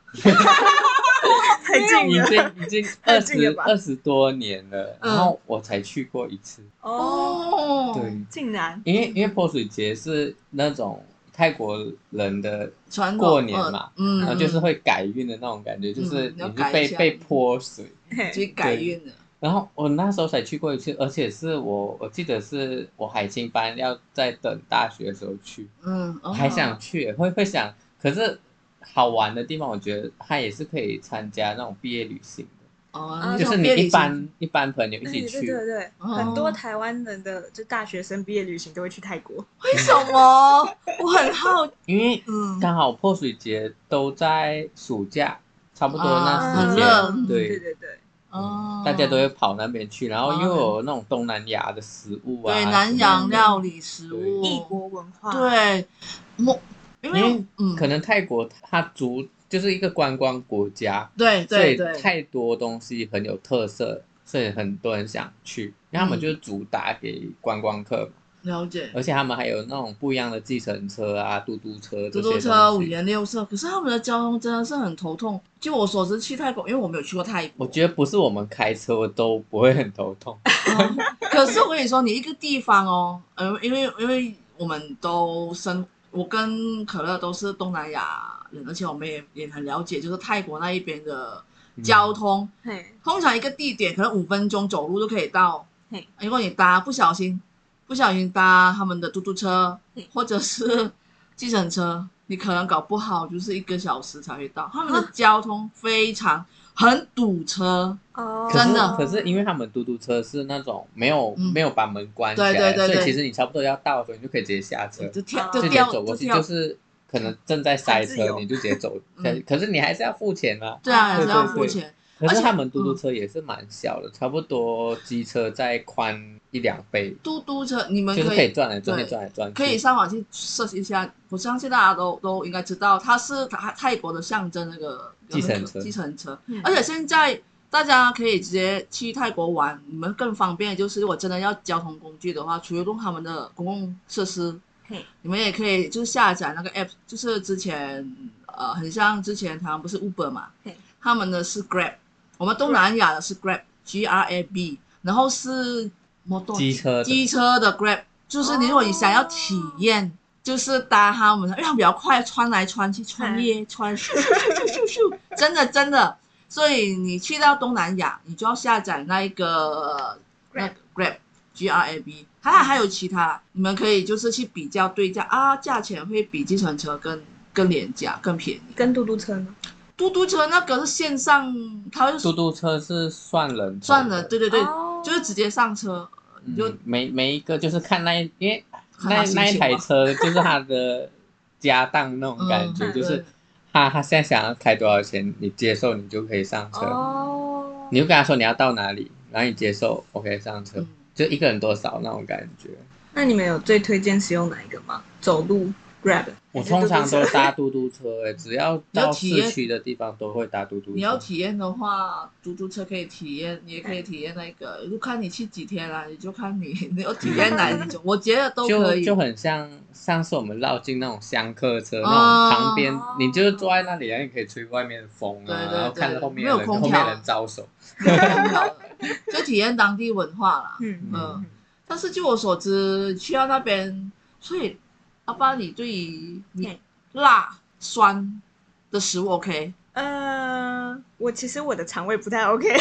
[SPEAKER 2] 太
[SPEAKER 1] 我
[SPEAKER 2] 近
[SPEAKER 1] 已
[SPEAKER 2] 了
[SPEAKER 1] 经已经
[SPEAKER 2] 太
[SPEAKER 1] 二
[SPEAKER 2] 近了
[SPEAKER 1] 十
[SPEAKER 2] 吧
[SPEAKER 1] 二十多年了，
[SPEAKER 3] 嗯
[SPEAKER 1] 然后我才去过一次。
[SPEAKER 2] 哦，
[SPEAKER 3] 哦，
[SPEAKER 1] 对，，
[SPEAKER 2] 竟然
[SPEAKER 1] 因为因为泼水节是那种泰国人的，
[SPEAKER 3] 传统
[SPEAKER 1] 过年嘛，
[SPEAKER 3] 嗯，
[SPEAKER 1] 然后就是会改运的那种感觉，就是
[SPEAKER 3] 要
[SPEAKER 1] 你是
[SPEAKER 3] 改一
[SPEAKER 1] 被
[SPEAKER 3] 下嗯
[SPEAKER 1] 被泼水。
[SPEAKER 2] 嘿
[SPEAKER 3] 去改运的，
[SPEAKER 1] 然后我那时候才去过一次，而且是我我记得是我海青班要在等大学的时候去，
[SPEAKER 3] 嗯，哦
[SPEAKER 1] 还想去，会会想，可是好玩的地方，我觉得它也是可以参加那种毕业旅行的，
[SPEAKER 3] 哦，
[SPEAKER 1] 就是
[SPEAKER 3] 种
[SPEAKER 1] 你
[SPEAKER 3] 便利
[SPEAKER 1] 一般一般朋友一
[SPEAKER 2] 对
[SPEAKER 1] 起
[SPEAKER 2] 对
[SPEAKER 1] 去，
[SPEAKER 2] 对对，
[SPEAKER 3] 哦
[SPEAKER 2] 啊很多台湾人的就大学生毕业旅行都会去泰国，
[SPEAKER 3] 为什么？我很好，
[SPEAKER 1] 因为
[SPEAKER 3] 嗯，
[SPEAKER 1] 刚好泼水节都在暑假，差不多那
[SPEAKER 3] 啊
[SPEAKER 1] 时
[SPEAKER 3] 很
[SPEAKER 1] 间，
[SPEAKER 3] 热
[SPEAKER 2] 嗯对
[SPEAKER 1] 对，
[SPEAKER 2] 对对，
[SPEAKER 3] 哦，
[SPEAKER 1] 嗯大家都会跑那边去。然后
[SPEAKER 3] 哦
[SPEAKER 1] 因为有那种东南亚的食物啊，
[SPEAKER 3] 对南洋
[SPEAKER 1] 什么的，
[SPEAKER 3] 料理食物，
[SPEAKER 2] 异国文化，，
[SPEAKER 3] 哦对，我因
[SPEAKER 1] 因
[SPEAKER 3] 为
[SPEAKER 1] 为
[SPEAKER 3] 嗯，
[SPEAKER 1] 可能泰国它足就是一个观光国家，
[SPEAKER 3] 对
[SPEAKER 1] 所
[SPEAKER 3] 对
[SPEAKER 1] 以
[SPEAKER 3] 对，
[SPEAKER 1] 太多东西很有特色，所以很多人想去，因为他
[SPEAKER 3] 嗯
[SPEAKER 1] 们就是主打给观光客嘛，
[SPEAKER 3] 了解。
[SPEAKER 1] 而且他们还有那种不一样的计程车啊、嘟嘟车这些
[SPEAKER 3] 嘟嘟
[SPEAKER 1] 东西
[SPEAKER 3] 车五颜六色，可是他们的交通真的是很头痛。据我所知，去泰国，因为我没有去过泰国，
[SPEAKER 1] 我觉得不是我们开车，我都不会很头痛。
[SPEAKER 3] 嗯可是我跟你说，你一个地方哦，呃，因为因为我们都生，我跟可乐都是东南亚人，而且我们也也很了解，就是泰国那一边的
[SPEAKER 1] 嗯
[SPEAKER 3] 交通。
[SPEAKER 2] 嘿，
[SPEAKER 3] 通常一个地点可能五分钟走路就可以到
[SPEAKER 2] 嘿。
[SPEAKER 3] 如果你搭不小心，不小心搭他们的嘟嘟车
[SPEAKER 2] 嘿
[SPEAKER 3] 或者是计程车，你可能搞不好就是一个小时才会到。他们的
[SPEAKER 2] 啊
[SPEAKER 3] 交通非常很堵车，
[SPEAKER 2] 哦，
[SPEAKER 1] 可是
[SPEAKER 3] 真的
[SPEAKER 1] 可是因为他们嘟嘟车是那种没有、
[SPEAKER 3] 嗯
[SPEAKER 1] 没有把门关起来，
[SPEAKER 3] 对对对对
[SPEAKER 1] 所以其实你差不多要到的时候，你就可以直接下车，
[SPEAKER 3] 就跳
[SPEAKER 2] 啊
[SPEAKER 3] 就
[SPEAKER 1] 直接
[SPEAKER 3] 掉
[SPEAKER 1] 走过去，
[SPEAKER 3] 跳，
[SPEAKER 1] 就是可能正在塞
[SPEAKER 2] 很自
[SPEAKER 1] 车
[SPEAKER 2] 由，
[SPEAKER 1] 你就直接走
[SPEAKER 3] 嗯
[SPEAKER 1] 下去。可是你还是要付钱啊。
[SPEAKER 3] 对啊，
[SPEAKER 2] 对
[SPEAKER 3] 是要
[SPEAKER 1] 对
[SPEAKER 3] 付
[SPEAKER 1] 对
[SPEAKER 3] 钱。
[SPEAKER 1] 可
[SPEAKER 3] 而
[SPEAKER 1] 是
[SPEAKER 3] 且
[SPEAKER 1] 他们嘟嘟车也是蛮小的，差不多机车再宽一两倍，
[SPEAKER 3] 嘟嘟车你们
[SPEAKER 1] 就是
[SPEAKER 3] 可
[SPEAKER 1] 可
[SPEAKER 3] 以
[SPEAKER 1] 以转来转去，
[SPEAKER 3] 对
[SPEAKER 1] 转来转去。
[SPEAKER 3] 可以上网去 search 一下，我相信大家都都应该知道，它是泰泰国的象征那个
[SPEAKER 1] 计程车
[SPEAKER 3] 计程车。
[SPEAKER 2] 嗯
[SPEAKER 3] [LAUGHS] 而且现在大家可以直接去泰国玩，你们更方便。就是如果真的要交通工具的话，除了用他们的公共设施，
[SPEAKER 2] 嘿，
[SPEAKER 3] 你们也可以就是下载那个 app，就是之前呃，很像之前他们不是 Uber 嘛
[SPEAKER 2] 嘿，
[SPEAKER 3] 他们的是 Grab，我们东南亚的是 Grab，G R A B，然后是摩托
[SPEAKER 1] 机车的
[SPEAKER 3] 机车的 Grab，就是你如果你想要体验。就是搭他们的，因为他们比较快，穿来穿去，
[SPEAKER 2] 哎
[SPEAKER 3] 穿越穿，咻咻咻咻咻
[SPEAKER 2] [LAUGHS]
[SPEAKER 3] 咻，真的真的，所以你去到东南亚，你就要下载那一个那
[SPEAKER 2] Grab
[SPEAKER 3] 个 Grab G R A B，还还有其他，你们可以就是去比较对价啊，价钱会比计程车更更廉价、更便宜。
[SPEAKER 2] 跟嘟嘟车呢？
[SPEAKER 3] 嘟嘟车那个是线上，它
[SPEAKER 1] 嘟
[SPEAKER 3] 是
[SPEAKER 1] 嘟车是算人头
[SPEAKER 3] 算了，对对对，
[SPEAKER 2] 哦
[SPEAKER 3] 就是直接上车，
[SPEAKER 1] 嗯
[SPEAKER 3] 就
[SPEAKER 1] 每每一个就是看那一，因为
[SPEAKER 3] 看他
[SPEAKER 1] 那
[SPEAKER 3] 心
[SPEAKER 1] 那一
[SPEAKER 3] 情
[SPEAKER 1] 台
[SPEAKER 3] 嘛
[SPEAKER 1] 车 [LAUGHS] 就是他的家当那种感觉，
[SPEAKER 3] 嗯
[SPEAKER 1] 就是
[SPEAKER 3] 对
[SPEAKER 1] 他他现在想要开多少钱，你接受你就可以上车，
[SPEAKER 2] 哦，
[SPEAKER 1] 你就跟他说你要到哪里，然后你接受，OK 上车，
[SPEAKER 3] 嗯
[SPEAKER 1] 就一个人多少那种感觉。
[SPEAKER 2] 那你们有最推荐使用哪一个吗？走路 Grab，
[SPEAKER 1] 我
[SPEAKER 2] 还
[SPEAKER 1] 通
[SPEAKER 2] 是嘟嘟
[SPEAKER 1] 常
[SPEAKER 2] 车
[SPEAKER 1] 都搭嘟嘟车、欸，只要
[SPEAKER 3] 你要
[SPEAKER 1] 到
[SPEAKER 3] 体验
[SPEAKER 1] 市区的地方都会搭嘟嘟车。
[SPEAKER 3] 你要体验的话，嘟嘟车可以体验，你也可以体验那个，就看你去几天啦、你就看你 [LAUGHS] 你要体验哪一种，我觉得都可
[SPEAKER 1] 就
[SPEAKER 3] 以。
[SPEAKER 1] 就很像上次我们绕进那种香客车，
[SPEAKER 3] 哦
[SPEAKER 1] 那种旁边你就是坐在那里，然后你可以吹外面的风啊，
[SPEAKER 3] 对对
[SPEAKER 1] 然后看
[SPEAKER 3] 对
[SPEAKER 1] 着后面
[SPEAKER 3] 没有
[SPEAKER 1] 的人，
[SPEAKER 3] 空
[SPEAKER 1] 后
[SPEAKER 3] 调
[SPEAKER 1] 面人招手。
[SPEAKER 3] 没有空调的 [LAUGHS] 就体验当地文化啦。
[SPEAKER 2] 嗯
[SPEAKER 3] 嗯
[SPEAKER 1] 嗯，
[SPEAKER 3] 但是据我所知，去到那边，所以阿爸，你对于你
[SPEAKER 2] 嗯
[SPEAKER 3] 辣酸的食物 OK？
[SPEAKER 2] 呃，我其实我的肠胃不太 OK，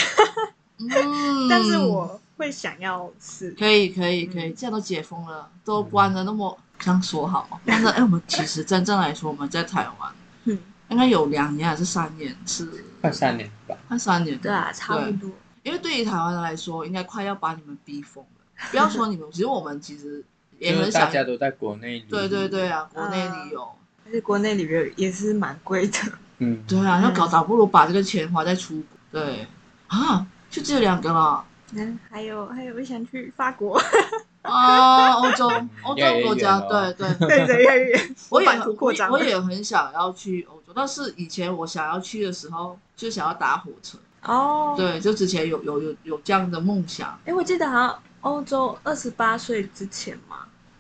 [SPEAKER 3] 嗯，
[SPEAKER 2] 但是我会想要试。
[SPEAKER 3] 可以可以可以，
[SPEAKER 2] 嗯
[SPEAKER 3] 现在都解封了，都关了，那么这样说好吗？但是哎，我们其实真正来说，我们在台湾
[SPEAKER 2] 嗯，
[SPEAKER 3] 应该有两年还是三年，是
[SPEAKER 1] 快三年吧，
[SPEAKER 3] 快三年，
[SPEAKER 2] 对啊，差不多。
[SPEAKER 3] 因为对于台湾人来说，应该快要把你们逼疯了。不要说你
[SPEAKER 2] [LAUGHS]
[SPEAKER 3] 们，其实我们其实也
[SPEAKER 1] 就
[SPEAKER 3] 很
[SPEAKER 1] 是
[SPEAKER 3] 想
[SPEAKER 1] 大，家都在国内。
[SPEAKER 3] 对对对，啊，国内旅游。
[SPEAKER 2] 而且国内旅游也是蛮贵的。
[SPEAKER 1] 嗯，
[SPEAKER 3] 对啊，要搞
[SPEAKER 2] 嗯
[SPEAKER 3] 倒不如把这个钱花在出国。对啊，就这两个了。
[SPEAKER 2] 嗯， [LAUGHS] 还有还有，我想去法国， [LAUGHS]
[SPEAKER 3] 啊，欧洲
[SPEAKER 1] 嗯
[SPEAKER 3] 欧洲
[SPEAKER 1] 越来越
[SPEAKER 3] 国家，
[SPEAKER 1] 远了
[SPEAKER 3] 对
[SPEAKER 2] [LAUGHS]
[SPEAKER 3] 对，
[SPEAKER 2] 对对，越来越远
[SPEAKER 3] 我也
[SPEAKER 2] 版
[SPEAKER 3] 很
[SPEAKER 2] 图扩张
[SPEAKER 3] 我也很想要去欧洲，但是以前我想要去的时候就想要搭火车，
[SPEAKER 2] 哦。，
[SPEAKER 3] 对，就之前有有有有这样的梦想，
[SPEAKER 2] 哎，我记得好像欧洲二十八岁之前嘛，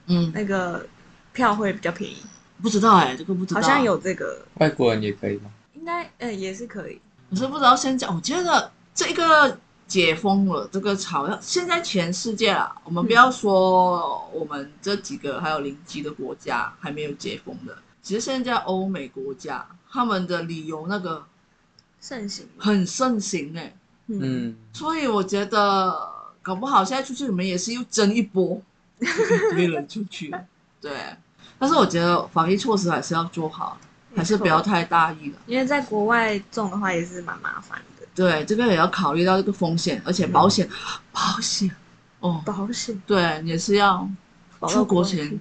[SPEAKER 3] 嗯，
[SPEAKER 2] 那个票会比较便宜，
[SPEAKER 3] 不知道哎、这个不知道，
[SPEAKER 2] 好像，有这个，
[SPEAKER 1] 外国人也可以吗？
[SPEAKER 2] 应该呃也是可以。
[SPEAKER 3] 可是不知道现在，我觉得这个解封了，这个好像现在全世界啦，我们不要说我们这几个还有邻居的国家还没有解封的，其实现在欧美国家他们的旅游那个
[SPEAKER 2] 盛行，
[SPEAKER 3] 很盛行哎、
[SPEAKER 2] 嗯，
[SPEAKER 1] 嗯，
[SPEAKER 3] 所以我觉得，搞不好现在出去你们也是又争一波，一堆人出去。对，但是我觉得防疫措施还是要做好，还是不要太大意了。
[SPEAKER 2] 因为在国外种的话也是蛮麻烦的，
[SPEAKER 3] 对，这个也要考虑到这个风险，而且
[SPEAKER 2] 嗯
[SPEAKER 3] 保险，保险哦，
[SPEAKER 2] 保险
[SPEAKER 3] 对，也是要
[SPEAKER 2] 保
[SPEAKER 3] 出
[SPEAKER 2] 到
[SPEAKER 3] 国
[SPEAKER 2] 去 [LAUGHS]
[SPEAKER 3] 前，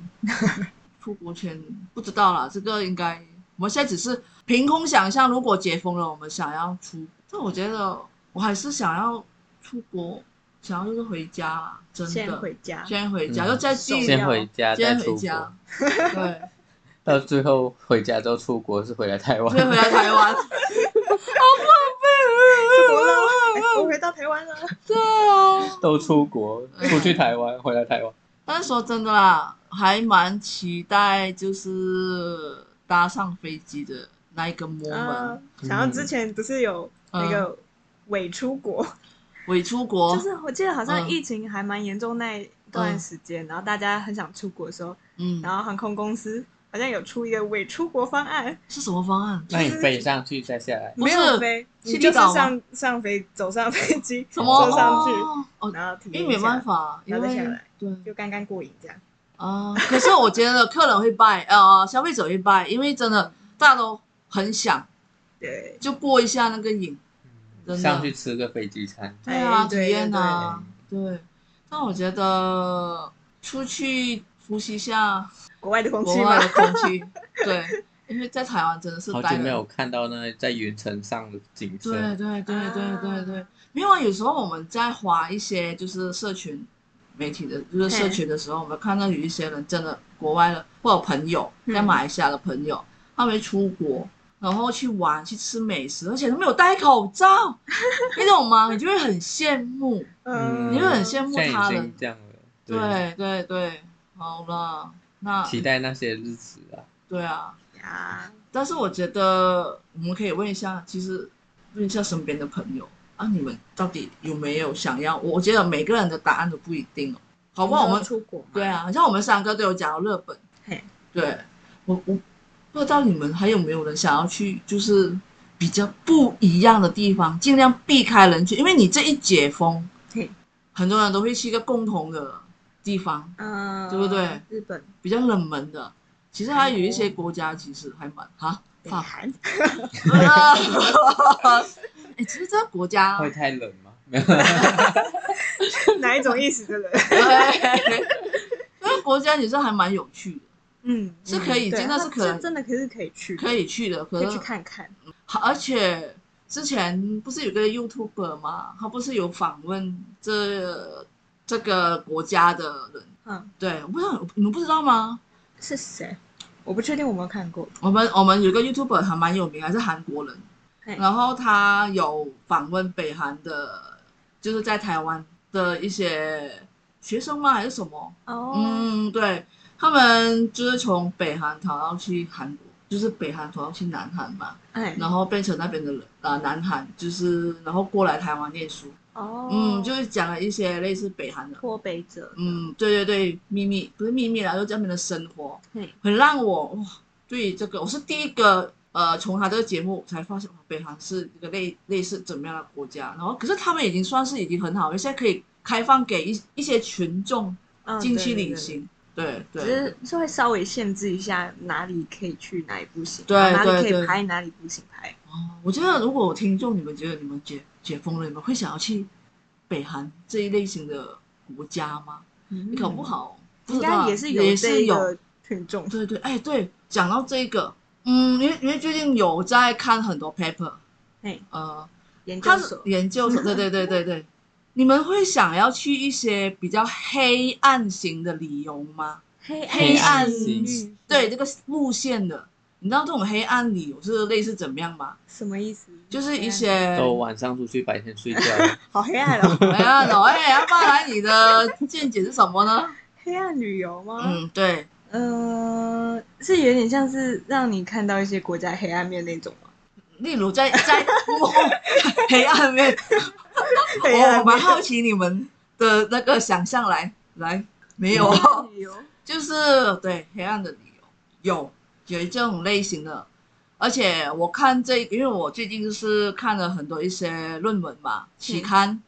[SPEAKER 3] 出国前不知道啦，这个应该我们现在只是凭空想象，如果解封了，我们想要出，但我觉得我还是想要出国，想要就是回家啦，真的
[SPEAKER 2] 先回家，
[SPEAKER 3] 先回家，
[SPEAKER 1] 嗯
[SPEAKER 3] 就再继续
[SPEAKER 2] 先
[SPEAKER 1] 先回家再
[SPEAKER 3] 先回
[SPEAKER 1] 出
[SPEAKER 3] 家
[SPEAKER 1] 国，，
[SPEAKER 3] 对，
[SPEAKER 1] 到最后回家之后出国是回来台湾，
[SPEAKER 3] 先回来台
[SPEAKER 2] [LAUGHS]
[SPEAKER 3] 湾，好
[SPEAKER 2] 出国了
[SPEAKER 3] 浪费
[SPEAKER 2] 哎
[SPEAKER 3] 啊！
[SPEAKER 2] 我回到台湾了。
[SPEAKER 3] 对啊，
[SPEAKER 1] [LAUGHS] 都出国，出去台湾，回来台湾。
[SPEAKER 3] 但是说真的啦，还蛮期待就是搭上飞机的那一个 moment，呃
[SPEAKER 2] 啊，想到之前不是有那
[SPEAKER 3] 嗯
[SPEAKER 2] 个伪出国，
[SPEAKER 3] 伪出国，
[SPEAKER 2] 就是我记得好像
[SPEAKER 3] 哦嗯
[SPEAKER 2] 疫情还蛮严重那一段时间，然后大家很想出国的时候，
[SPEAKER 3] 嗯，
[SPEAKER 2] 然后航空公司好像有出一个伪出国方案，
[SPEAKER 3] 是什么方案？
[SPEAKER 1] 那你飞上去再下来，
[SPEAKER 3] 不
[SPEAKER 2] 没
[SPEAKER 3] 是
[SPEAKER 2] 有飞，
[SPEAKER 3] 去
[SPEAKER 2] 你就是
[SPEAKER 3] 绿岛吗
[SPEAKER 2] 上上飞走上飞机，
[SPEAKER 3] [LAUGHS] 什么
[SPEAKER 2] 坐上去，
[SPEAKER 3] 哦，
[SPEAKER 2] 然后体验
[SPEAKER 3] 因
[SPEAKER 2] 一
[SPEAKER 3] 为没
[SPEAKER 2] 下
[SPEAKER 3] 办，法，因
[SPEAKER 2] 然后再下
[SPEAKER 3] 为
[SPEAKER 2] 来
[SPEAKER 3] 对
[SPEAKER 2] 就刚刚过瘾这样。
[SPEAKER 3] 啊、可是我觉得客人会 buy，呃，消费者会 buy，因为真的大家都很想
[SPEAKER 2] 对，
[SPEAKER 3] 就过一下那个瘾，真的
[SPEAKER 1] 上去吃个飞机餐。
[SPEAKER 3] 对啊，
[SPEAKER 2] 哎
[SPEAKER 3] 体
[SPEAKER 2] 对
[SPEAKER 3] 验啊
[SPEAKER 1] 嗯，
[SPEAKER 3] 对。但我觉得出去呼吸一下
[SPEAKER 2] 国外的空气
[SPEAKER 3] 国
[SPEAKER 2] 吗
[SPEAKER 3] 外？的空气，对，因为在台湾真的是
[SPEAKER 1] 好
[SPEAKER 3] 待
[SPEAKER 1] 久
[SPEAKER 3] 了
[SPEAKER 1] 没有看到那在云层上的景色，
[SPEAKER 3] 对对对对对对
[SPEAKER 2] 啊，
[SPEAKER 3] 没有啊。有时候我们在划一些就是社群媒体的，就是社群的时候，我们看到有一些人真的国外的或者朋友
[SPEAKER 2] 嗯
[SPEAKER 3] 在马来西亚的朋友，他们出国然后去玩去吃美食，而且都没有戴口罩，你懂吗？ [LAUGHS] 你就会很羡慕，
[SPEAKER 1] 嗯
[SPEAKER 3] 你会很羡慕
[SPEAKER 1] 现在
[SPEAKER 3] 他
[SPEAKER 1] 已
[SPEAKER 3] 人
[SPEAKER 1] 经。这样了。
[SPEAKER 3] 对对对，好啦，那
[SPEAKER 1] 期待那些日子啊。
[SPEAKER 3] 对啊。
[SPEAKER 2] 呀，
[SPEAKER 3] 但是我觉得我们可以问一下，其实呃问一下身边的朋友啊，你们到底有没有想要？我我觉得每个人的答案都不一定哦，好不好？我
[SPEAKER 2] 你
[SPEAKER 3] 们
[SPEAKER 2] 说出国嘛
[SPEAKER 3] 对，啊，好像我们三个都有讲到日本
[SPEAKER 2] 嘿，
[SPEAKER 3] 对啊我我不知道你们还有没有人想要去，就是比较不一样的地方，尽量避开人群，因为你这一解封
[SPEAKER 2] 嘿，
[SPEAKER 3] 很多人都会去一个共同的地方，
[SPEAKER 2] 嗯，
[SPEAKER 3] 对不对？
[SPEAKER 2] 日本、
[SPEAKER 3] 比较冷门的。其实还有一些国家其实还蛮哈
[SPEAKER 2] 北
[SPEAKER 3] 法
[SPEAKER 2] 韩， [LAUGHS]
[SPEAKER 3] 啊！哎，其实这个国家，
[SPEAKER 1] 会太冷吗？没有，
[SPEAKER 2] 哪一种意思的人？
[SPEAKER 3] [LAUGHS] 对这个国家也是还蛮有趣的，
[SPEAKER 2] 嗯，
[SPEAKER 3] 是可以
[SPEAKER 2] 对
[SPEAKER 3] 真的
[SPEAKER 2] 它
[SPEAKER 3] 是可以
[SPEAKER 2] 这真的可是可以去，
[SPEAKER 3] 可以去的。可
[SPEAKER 2] 可以
[SPEAKER 3] 是
[SPEAKER 2] 去，看看。
[SPEAKER 3] 而且之前不是有个 YouTuber 嘛，他不是有访问这这个国家的人？
[SPEAKER 2] 嗯，
[SPEAKER 3] 对，我不知道你们不知道吗？
[SPEAKER 2] 是谁？我不确定我有没有看过。
[SPEAKER 3] 我们我们有个 YouTuber 还蛮有名，还是韩国人，
[SPEAKER 2] 嘿
[SPEAKER 3] 然后他有访问北韩的，就是在台湾的一些学生吗？还是什么？
[SPEAKER 2] 哦，
[SPEAKER 3] 嗯，对，他们就是从北韩逃到去韩国，就是北韩逃到去南韩嘛，
[SPEAKER 2] 哎，
[SPEAKER 3] 然后变成那边的人啊、呃南韩就是然后过来台湾念书，
[SPEAKER 2] 哦，
[SPEAKER 3] 嗯，就是讲了一些类似北韩的，
[SPEAKER 2] 脱北者，
[SPEAKER 3] 嗯，对对对，秘密不是秘密啦，就这边的生活，
[SPEAKER 2] 嘿，
[SPEAKER 3] 很让我哇，对于这个我是第一个。呃，从他这个节目才发现，哇北韩是一个类类似怎么样的国家？然后，可是他们已经算是已经很好了，现在可以开放给一一些群众
[SPEAKER 2] 嗯
[SPEAKER 3] 进去旅，行。对
[SPEAKER 2] 对
[SPEAKER 3] 对，
[SPEAKER 2] 对对只是就会稍微限制一下哪里可以去，哪里不行，
[SPEAKER 3] 对
[SPEAKER 2] 然后哪里
[SPEAKER 3] 对
[SPEAKER 2] 可
[SPEAKER 3] 对
[SPEAKER 2] 以拍，哪里不行拍。
[SPEAKER 3] 哦，我觉得如果听众你们觉得你们解解封了，你们会想要去北韩这一类型的国家吗？
[SPEAKER 2] 嗯
[SPEAKER 3] 你搞不，好不
[SPEAKER 2] 应
[SPEAKER 3] 知道
[SPEAKER 2] 该
[SPEAKER 3] 啊
[SPEAKER 2] 也是
[SPEAKER 3] 也
[SPEAKER 2] 这
[SPEAKER 3] 是有，
[SPEAKER 2] 个群众，
[SPEAKER 3] 对对，哎对，讲到这个，嗯，因为因为最近有在看很多 paper，
[SPEAKER 2] 哎，
[SPEAKER 3] 呃，
[SPEAKER 2] 研
[SPEAKER 3] 他
[SPEAKER 2] 究
[SPEAKER 3] 是
[SPEAKER 2] 所，
[SPEAKER 3] 研究所，对对对对对，你们会想要去一些比较黑暗型的旅游吗？
[SPEAKER 2] 黑
[SPEAKER 3] 黑暗
[SPEAKER 1] 系
[SPEAKER 2] 系
[SPEAKER 3] 对，这个路线的，你知道这种黑暗旅游是类似怎么样吗？
[SPEAKER 2] 什么意思？
[SPEAKER 3] 就是一
[SPEAKER 2] 黑
[SPEAKER 3] 些
[SPEAKER 1] 都晚上出去，白天睡觉。
[SPEAKER 3] [LAUGHS]
[SPEAKER 2] 暗好黑暗哦，
[SPEAKER 3] 哎呀，老哎，阿巴来，你的见解是什么呢？
[SPEAKER 2] 黑暗旅游吗？
[SPEAKER 3] 嗯，对，
[SPEAKER 2] 嗯、呃，是有点像是让你看到一些国家黑暗面那种吗？
[SPEAKER 3] 例如在在黑暗面，
[SPEAKER 2] [LAUGHS] 黑
[SPEAKER 3] 我
[SPEAKER 2] 暗
[SPEAKER 3] 我哦蛮好奇你们的那个想象来来没有？啊
[SPEAKER 2] 黑暗旅游，
[SPEAKER 3] 就是对黑暗的理由有有这种类型的，而且我看这，因为我最近就是看了很多一些论文嘛，期刊，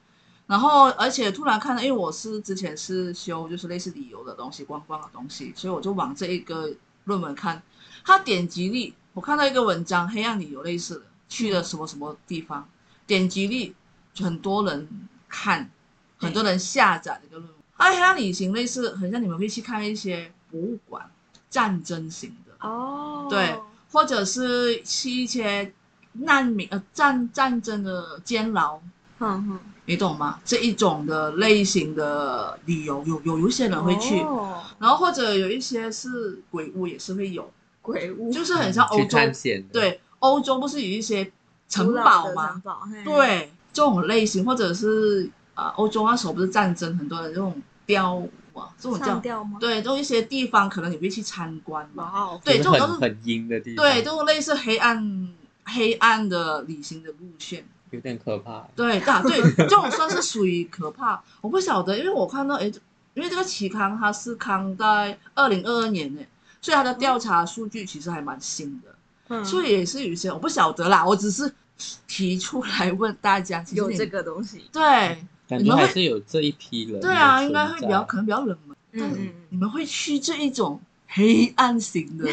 [SPEAKER 3] 然后而且突然看到，因为我是之前是修就是类似理由的东西、观光的东西，所以我就往这一个论文看，它点击率，我看到一个文章，黑暗理由类似的，去了什么什么地方，点击率很多人看，很多人下载这个论文。哎，黑暗旅行类似，很像你们会去看一些博物馆，战争型的，
[SPEAKER 2] [LAUGHS] 哦，
[SPEAKER 3] 对，或者是去一些难民呃战战争的监牢，
[SPEAKER 2] 哼哼，
[SPEAKER 3] 你懂吗？这一种的类型的旅游，有有有一些人会去，
[SPEAKER 2] 哦
[SPEAKER 3] 然后或者有一些是鬼屋也是会有，
[SPEAKER 2] 鬼屋，
[SPEAKER 3] 就是很像欧
[SPEAKER 1] 嗯去
[SPEAKER 3] 洲，
[SPEAKER 1] 探险的，
[SPEAKER 3] 对，欧洲不是有一些城
[SPEAKER 2] 古老
[SPEAKER 3] 堡
[SPEAKER 2] 的
[SPEAKER 3] 吗
[SPEAKER 2] 城？堡，嘿，
[SPEAKER 3] 对，这种类型或者是呃欧洲那时候不是战争，很多的这种雕啊，这种叫
[SPEAKER 2] 上吊吗？，
[SPEAKER 3] 对，这种一些地方可能你会去参观嘛。
[SPEAKER 2] 哇哦，
[SPEAKER 3] 对，
[SPEAKER 1] 就
[SPEAKER 3] 这
[SPEAKER 1] 是
[SPEAKER 3] 种
[SPEAKER 1] 很
[SPEAKER 3] 都是
[SPEAKER 1] 很阴的地方，
[SPEAKER 3] 对，这种类似黑暗黑暗的旅行的路线。
[SPEAKER 1] 有点可怕。
[SPEAKER 3] 对，
[SPEAKER 2] [LAUGHS]
[SPEAKER 3] 啊，对，这种算是属于可怕。我不晓得，因为我看到，诶，因为这个期刊它是刊在二零二二年呢，所以它的调查数据其实还蛮新的，
[SPEAKER 2] 嗯
[SPEAKER 3] 所以也是有一些我不晓得啦，我只是提出来问大家，其实
[SPEAKER 2] 有
[SPEAKER 3] 你
[SPEAKER 2] 这个东西，
[SPEAKER 3] 对
[SPEAKER 1] 感
[SPEAKER 3] 你
[SPEAKER 1] 觉
[SPEAKER 3] 们会
[SPEAKER 1] 还是有这一批人的存在。
[SPEAKER 3] 对啊，应该会比较可能比较冷门，
[SPEAKER 2] 嗯
[SPEAKER 3] 对
[SPEAKER 2] 嗯
[SPEAKER 3] 你
[SPEAKER 2] 嗯，
[SPEAKER 3] 们会去这一种黑暗
[SPEAKER 2] [LAUGHS]
[SPEAKER 3] 型的，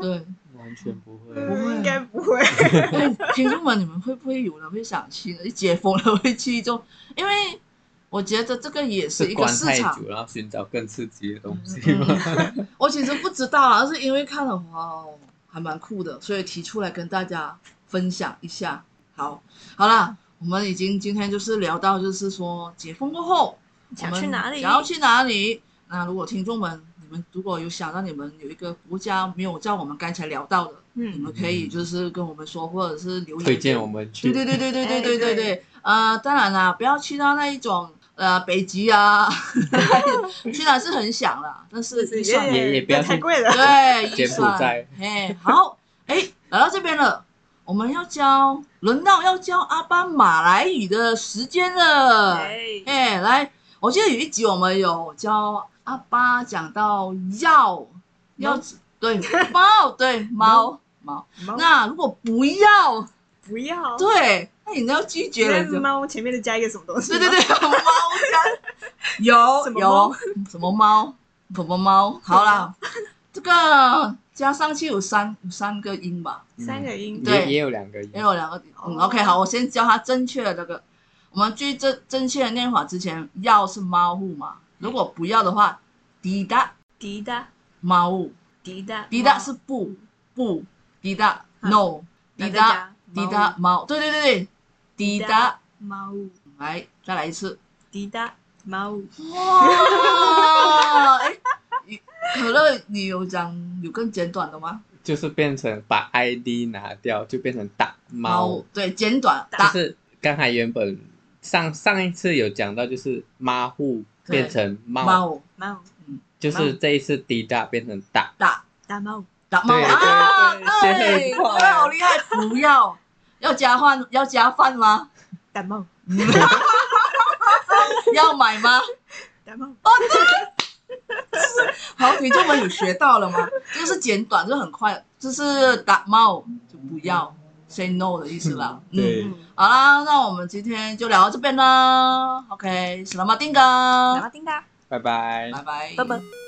[SPEAKER 3] 对。
[SPEAKER 1] 完全不会。
[SPEAKER 3] 不会啊
[SPEAKER 2] 嗯应该不会，
[SPEAKER 3] 哎，听众们，你们会不会有人会想去呢？一解封了会去就，因为我觉得这个也是
[SPEAKER 1] 是
[SPEAKER 3] 一个
[SPEAKER 1] 关
[SPEAKER 3] 市
[SPEAKER 1] 太
[SPEAKER 3] 场。
[SPEAKER 1] 久，然后寻找更刺激的东西吗？
[SPEAKER 3] 嗯、我其实不知道啊，是因为看了哇哦，还蛮酷的，所以提出来跟大家分享一下。好，好啦，我们已经今天就是聊到，就是说解封过后，
[SPEAKER 2] 想去哪里？
[SPEAKER 3] 想要去哪里？那如果听众们，你们如果有想到你们有一个国家没有在我们刚才聊到的，你
[SPEAKER 2] 嗯，
[SPEAKER 3] 们可以就是跟我们说，或者是留言
[SPEAKER 1] 推荐我。们去。
[SPEAKER 3] 嗯对对对对对对
[SPEAKER 2] 哎
[SPEAKER 3] 对
[SPEAKER 2] 对
[SPEAKER 3] 对对，呃，当然啦，不要去到那一种呃北极啊， [LAUGHS] 虽然是很想啦，但是
[SPEAKER 2] 就是
[SPEAKER 3] 预算
[SPEAKER 1] 也也不要
[SPEAKER 2] 太
[SPEAKER 1] 去
[SPEAKER 2] 贵了，
[SPEAKER 3] 对预
[SPEAKER 1] 柬埔
[SPEAKER 3] 算，
[SPEAKER 1] 寨
[SPEAKER 3] 哎，好，哎，来到这边了，我们要教轮到要教阿巴马来语的时间了。
[SPEAKER 2] 哎，
[SPEAKER 3] 哎，来，我记得有一集我们有教阿巴讲到要要
[SPEAKER 2] 猫
[SPEAKER 3] 对猫对猫猫，
[SPEAKER 2] 猫
[SPEAKER 3] 那如果不要
[SPEAKER 2] 不
[SPEAKER 3] 哦
[SPEAKER 2] 要，
[SPEAKER 3] 对，那你要拒绝
[SPEAKER 2] 在
[SPEAKER 3] 人家。
[SPEAKER 2] 猫前面再加一个什么东西
[SPEAKER 3] 对
[SPEAKER 2] 吗？
[SPEAKER 3] 对对，猫 [LAUGHS] 家有
[SPEAKER 2] 什么
[SPEAKER 3] 有
[SPEAKER 2] 猫
[SPEAKER 3] 什么猫什么猫？好啦，这个加上去有三有三个音吧，
[SPEAKER 1] 嗯
[SPEAKER 2] 三个音
[SPEAKER 3] 对
[SPEAKER 1] 也也有两个音
[SPEAKER 3] 因为，有两个音。嗯
[SPEAKER 2] 哦
[SPEAKER 3] ，OK，好，我先教他正确的这个。我们最正正确的念法之前，要是猫户嘛，如果不要的话，滴答
[SPEAKER 2] 滴答
[SPEAKER 3] 猫户，
[SPEAKER 2] 滴答
[SPEAKER 3] 滴答是不不，滴答
[SPEAKER 2] 嗯
[SPEAKER 3] no，滴答
[SPEAKER 2] 滴
[SPEAKER 3] 滴
[SPEAKER 2] 答
[SPEAKER 3] 答猫，对对对对，滴
[SPEAKER 2] 滴
[SPEAKER 3] 答
[SPEAKER 2] 答，猫
[SPEAKER 3] 来再来一次。
[SPEAKER 2] 滴答猫，
[SPEAKER 3] 哇！哎，你可乐，你有讲有更简短的吗？
[SPEAKER 1] 就是变成把 ID 拿掉，就变成打猫，
[SPEAKER 3] 对，简短
[SPEAKER 1] 就
[SPEAKER 3] 哦打
[SPEAKER 1] 是刚才原本上上一次有讲到，就是马户
[SPEAKER 3] 对
[SPEAKER 1] 变成猫，
[SPEAKER 3] 猫
[SPEAKER 2] 猫
[SPEAKER 1] 就是这一次滴答变成打，
[SPEAKER 3] 打
[SPEAKER 2] 大猫，
[SPEAKER 3] 打猫
[SPEAKER 1] 对
[SPEAKER 3] 啊！
[SPEAKER 1] 对对
[SPEAKER 3] 对，
[SPEAKER 1] 学得很快
[SPEAKER 3] 对，好厉害！不要要加饭要加饭吗？
[SPEAKER 2] 大猫，
[SPEAKER 3] 嗯要买吗？
[SPEAKER 2] 大猫，
[SPEAKER 3] 好，听众们有学到了吗？这个是简短，这个很快，这是打猫就不要 say no 的意思啦。
[SPEAKER 1] 对
[SPEAKER 3] 嗯，
[SPEAKER 2] 嗯，
[SPEAKER 3] 好啦，那我们今天就聊到这边啦。OK，s l a m a t i n g a
[SPEAKER 2] 马丁达，
[SPEAKER 1] [LAUGHS] 拜拜
[SPEAKER 3] 拜拜，
[SPEAKER 2] 拜拜。